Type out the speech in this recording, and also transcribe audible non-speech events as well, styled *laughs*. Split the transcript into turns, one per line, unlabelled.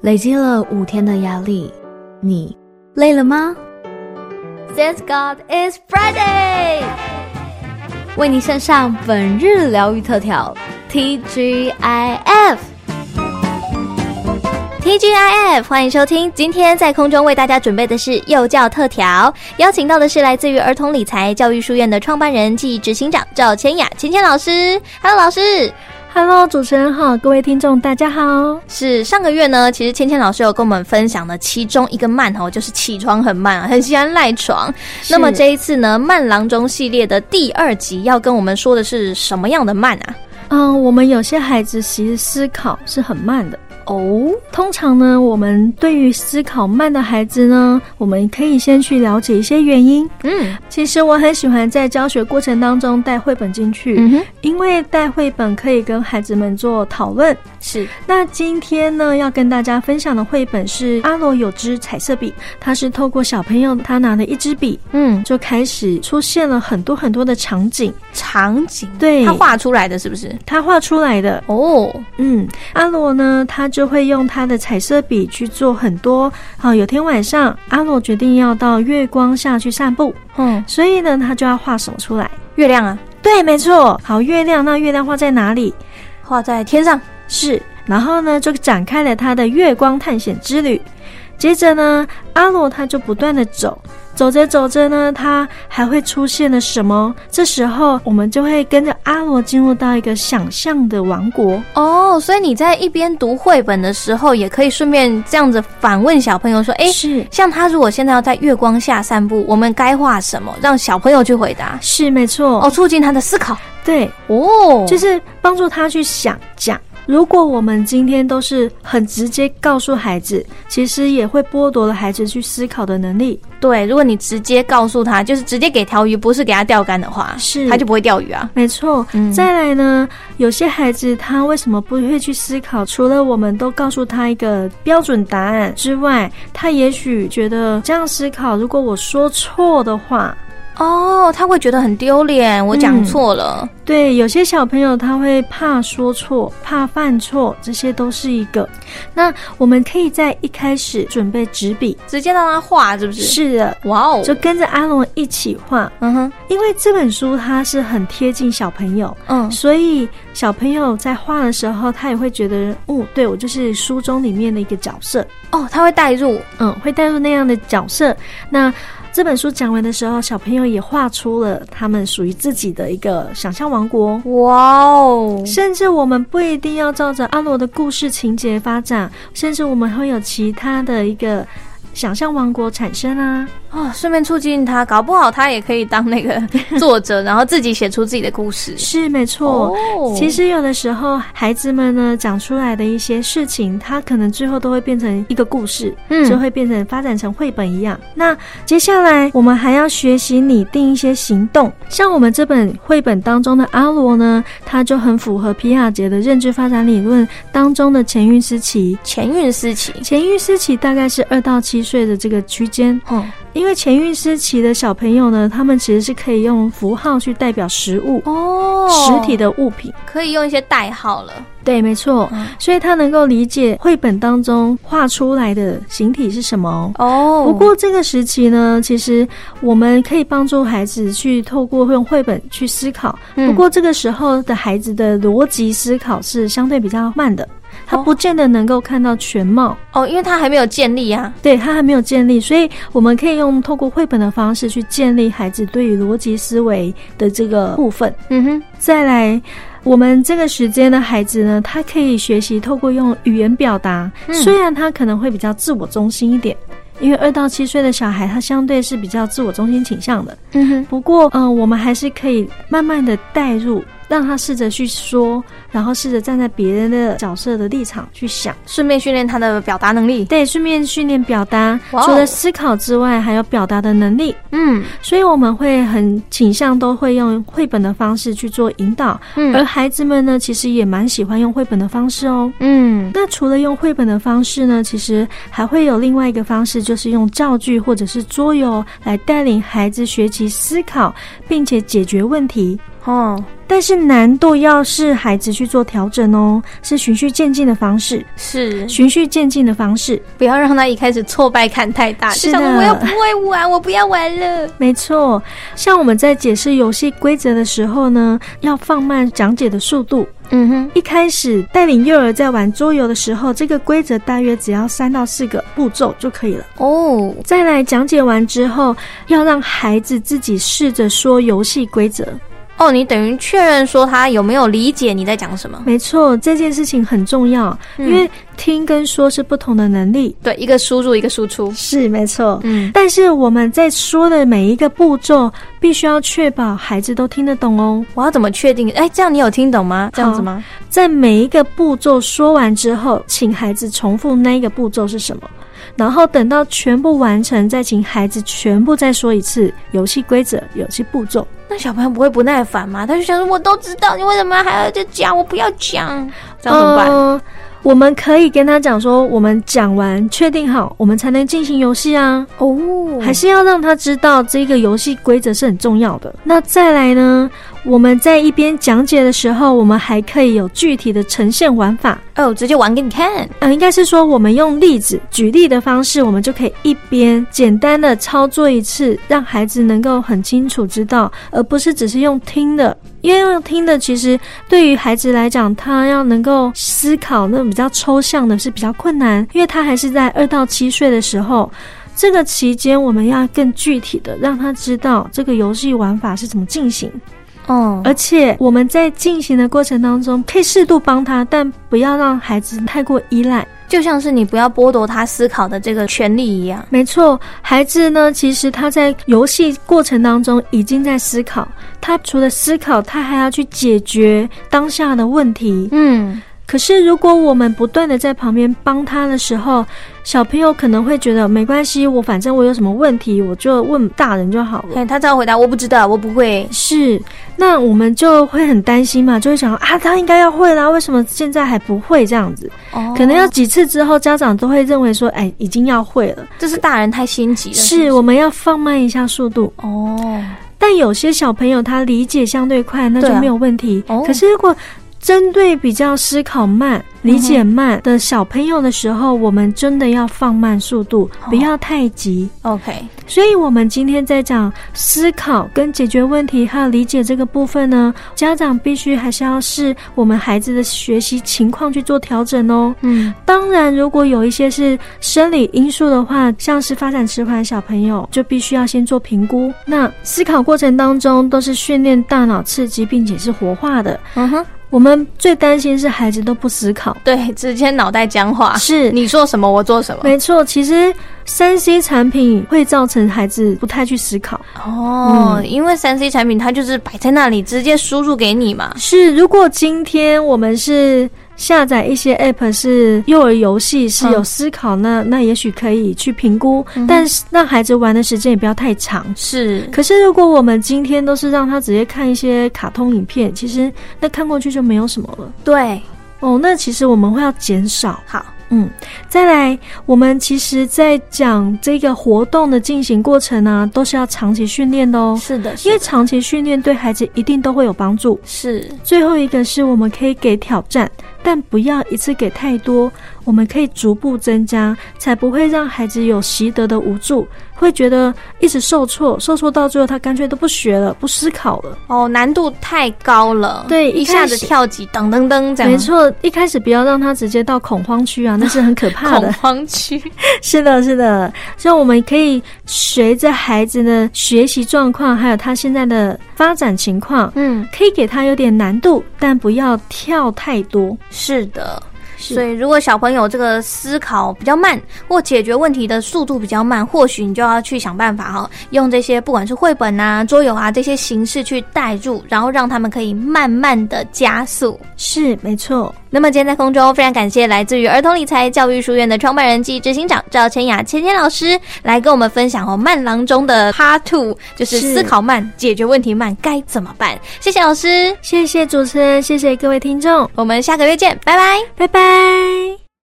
累积了五天的压力，你累了吗
？Thank God it's Friday，
为你献上本日疗愈特调 T G I F。
T G I F，欢迎收听。今天在空中为大家准备的是幼教特调，邀请到的是来自于儿童理财教育书院的创办人暨执行长赵千雅千千老师。Hello，老师。
Hello，主持人好，各位听众大家好。
是上个月呢，其实芊芊老师有跟我们分享的其中一个慢哦，就是起床很慢啊，很喜欢赖床。那么这一次呢，慢郎中系列的第二集要跟我们说的是什么样的慢啊？
嗯，我们有些孩子其实思考是很慢的。
哦，
通常呢，我们对于思考慢的孩子呢，我们可以先去了解一些原因。
嗯，
其实我很喜欢在教学过程当中带绘本进去，
嗯哼，
因为带绘本可以跟孩子们做讨论。
是，
那今天呢，要跟大家分享的绘本是《阿罗有支彩色笔》，它是透过小朋友他拿了一支笔，
嗯，
就开始出现了很多很多的场景，
场景，
对
他画出来的是不是？
他画出来的。
哦，
嗯，阿罗呢，他就会用他的彩色笔去做很多。好，有天晚上，阿罗决定要到月光下去散步，
嗯，
所以呢，他就要画什么出来？
月亮啊，
对，没错。好，月亮，那月亮画在哪里？
画在天上，
是，然后呢，就展开了他的月光探险之旅。接着呢，阿罗他就不断的走，走着走着呢，他还会出现了什么？这时候我们就会跟着阿罗进入到一个想象的王国。
哦，所以你在一边读绘本的时候，也可以顺便这样子反问小朋友说：“哎、
是
像他如果现在要在月光下散步，我们该画什么？”让小朋友去回答，
是，没错。
哦，促进他的思考。
对，
哦，
就是帮助他去想讲。如果我们今天都是很直接告诉孩子，其实也会剥夺了孩子去思考的能力。
对，如果你直接告诉他，就是直接给条鱼，不是给他钓竿的话，
是
他就不会钓鱼啊。
没错，
嗯
再来呢，有些孩子他为什么不会去思考？除了我们都告诉他一个标准答案之外，他也许觉得这样思考，如果我说错的话，
哦，他会觉得很丢脸，我讲错了。
对，有些小朋友他会怕说错、怕犯错，这些都是一个。那我们可以在一开始准备纸笔，
直接让他画，是不是？，
是的，
哇哦，
就跟着阿龙一起画，
嗯哼，
因为这本书它是很贴近小朋友，
嗯，
所以小朋友在画的时候，他也会觉得，哦，对我就是书中里面的一个角色，
哦，他会带入，
嗯，会带入那样的角色。那这本书讲完的时候，小朋友也画出了他们属于自己的一个想象王国。
哇哦，
甚至我们不一定要照着阿罗的故事情节发展，甚至我们会有其他的一个想象王国产生啊。
哦，顺便促进他，搞不好他也可以当那个 *laughs* 作者，然后自己写出自己的故事。
是，没错。
哦，
其实有的时候，孩子们呢讲出来的一些事情，它可能最后都会变成一个故事，
嗯
就会变成发展成绘本一样。那接下来我们还要学习拟定一些行动，像我们这本绘本当中的阿罗呢，它就很符合皮亚杰的认知发展理论当中的前运思期。
前运思琪，
前运思期大概是二到七岁的这个区间，
嗯，
因为前运思期的小朋友呢，他们其实是可以用符号去代表实物、
哦，
实体的物品。
可以用一些代号了。
对，没错，
嗯
所以他能够理解绘本当中画出来的形体是什么。
哦
不过这个时期呢，其实我们可以帮助孩子去透过用绘本去思考。
嗯
不过这个时候的孩子的逻辑思考是相对比较慢的，他不见得能够看到全貌，
哦，因为他还没有建立啊。
对他还没有建立，所以我们可以用透过绘本的方式去建立孩子对于逻辑思维的这个部分。
嗯哼，
再来，我们这个时间的孩子呢，他可以学习透过用语言表达，
嗯
虽然他可能会比较自我中心一点。因为二到七岁的小孩，他相对是比较自我中心倾向的。
嗯哼，
不过，嗯、我们还是可以慢慢的带入，让他试着去说，然后试着站在别人的角色的立场去想。
顺便训练他的表达能力。
对，顺便训练表达，
哇哦
除了思考之外，还有表达的能力。
嗯
所以我们会很倾向都会用绘本的方式去做引导，而
嗯
孩子们呢，其实也蛮喜欢用绘本的方式哦。
嗯，
那除了用绘本的方式呢，其实还会有另外一个方式，就是用教具或者是桌游来带领孩子学习思考，并且解决问题。
哦，
但是难度要是孩子去做调整哦，是循序渐进的方式，
是
循序渐进的方式，
不要让他一开始挫败感太大，
是
就想说
的
我又不会玩，我不要玩了。
没错。像我们在解释游戏规则的时候呢，要放慢讲解的速度。
嗯哼，
一开始带领幼儿在玩桌游的时候，这个规则大约只要三到四个步骤就可以了。
哦，
再来讲解完之后，要让孩子自己试着说游戏规则。
哦，你等于确认说他有没有理解你在讲什么？
没错，这件事情很重要，
嗯
因为听跟说是不同的能力。
对，一个输入，一个输出。
是没错，
嗯，
但是我们在说的每一个步骤，必须要确保孩子都听得懂哦。
我要怎么确定？哎，这样你有听懂吗？这样子吗？
在每一个步骤说完之后，请孩子重复那一个步骤是什么，然后等到全部完成，再请孩子全部再说一次游戏规则、游戏步骤。
那小朋友不会不耐烦吗？他就想说，我都知道，你为什么还要再讲？我不要讲，这样怎么办？
嗯我们可以跟他讲说，我们讲完确定好，我们才能进行游戏啊。
哦
还是要让他知道这个游戏规则是很重要的。那再来呢，我们在一边讲解的时候，我们还可以有具体的呈现玩法。
哦，直接玩给你看。
呃，应该是说我们用例子举例的方式，我们就可以一边简单的操作一次，让孩子能够很清楚知道，而不是只是用听的。因为用听的，其实对于孩子来讲，他要能够思考那种比较抽象的是比较困难，因为他还是在二到七岁的时候。这个期间，我们要更具体的让他知道这个游戏玩法是怎么进行，
哦，
而且我们在进行的过程当中，可以适度帮他，但不要让孩子太过依赖。
就像是你不要剥夺他思考的这个权利一样。
没错，孩子呢，其实他在游戏过程当中已经在思考，他除了思考，他还要去解决当下的问题。
嗯，
可是如果我们不断的在旁边帮他的时候，小朋友可能会觉得没关系，我反正我有什么问题，我就问大人就好了。
嗯嘿，他只要回答我不知道，我不会。
是，那我们就会很担心嘛，就会想啊，他应该要会啦，为什么现在还不会这样子？
哦
可能要几次之后，家长都会认为说，哎，已经要会了。
这是大人太心急了。
是，
不
我们要放慢一下速度。
哦，
但有些小朋友他理解相对快，那就
对啊
没有问题。
哦
可是如果针对比较思考慢、理解慢的小朋友的时候，我们真的要放慢速度，
哦
不要太急。
OK，
所以，我们今天在讲思考跟解决问题还有理解这个部分呢，家长必须还是要视我们孩子的学习情况去做调整哦。
嗯，
当然，如果有一些是生理因素的话，像是发展迟缓的小朋友，就必须要先做评估。那思考过程当中都是训练大脑刺激，并且是活化的。
嗯哼，
我们最担心是孩子都不思考，
对，直接脑袋僵化。
是。
你说什么，我做什么。
没错，其实三 C 产品会造成孩子不太去思考。
哦，
嗯
因为三 C 产品它就是摆在那里，直接输入给你嘛。
是，如果今天我们是下载一些 App 是幼儿游戏，是有
嗯
思考，那那也许可以去评估，
嗯哼
但是让孩子玩的时间也不要太长。
是，
可是，如果我们今天都是让他直接看一些卡通影片，其实那看过去就没有什么了。
对，
哦，那其实我们会要减少。嗯
好，
再来，我们其实在讲这个活动的进行过程呢、都是要长期训练的哦，
是的，
因为长期训练对孩子一定都会有帮助。
是
最后一个是我们可以给挑战，但不要一次给太多，我们可以逐步增加，才不会让孩子有习得的无助，会觉得一直受挫，受挫到最后他干脆都不学了，不思考了。
哦，难度太高了，
对
一
一
下
开
子
始
跳级，噔噔噔，这样
没，错，一开始不要让他直接到恐慌区啊，那是很可怕
恐
的。
慌区，
是的，是的，所以我们可以随着孩子的学习状况，还有他现在的发展情况，
嗯，
可以给他有点难度，但不要跳太多。
是的。
是
所以，如果小朋友这个思考比较慢，或解决问题的速度比较慢，或许你就要去想办法哈、用这些不管是绘本啊、桌游啊这些形式去带入，然后让他们可以慢慢的加速。
是，没错。
那么今天在空中非常感谢来自于儿童理财教育书院的创办人暨执行长赵千雅千千老师来跟我们分享哦，慢郎中的 Part Two 就是
是
思考慢、解决问题慢该怎么办。谢谢老师，
谢谢主持人，谢谢各位听众，
我们下个月见，拜拜。
拜拜。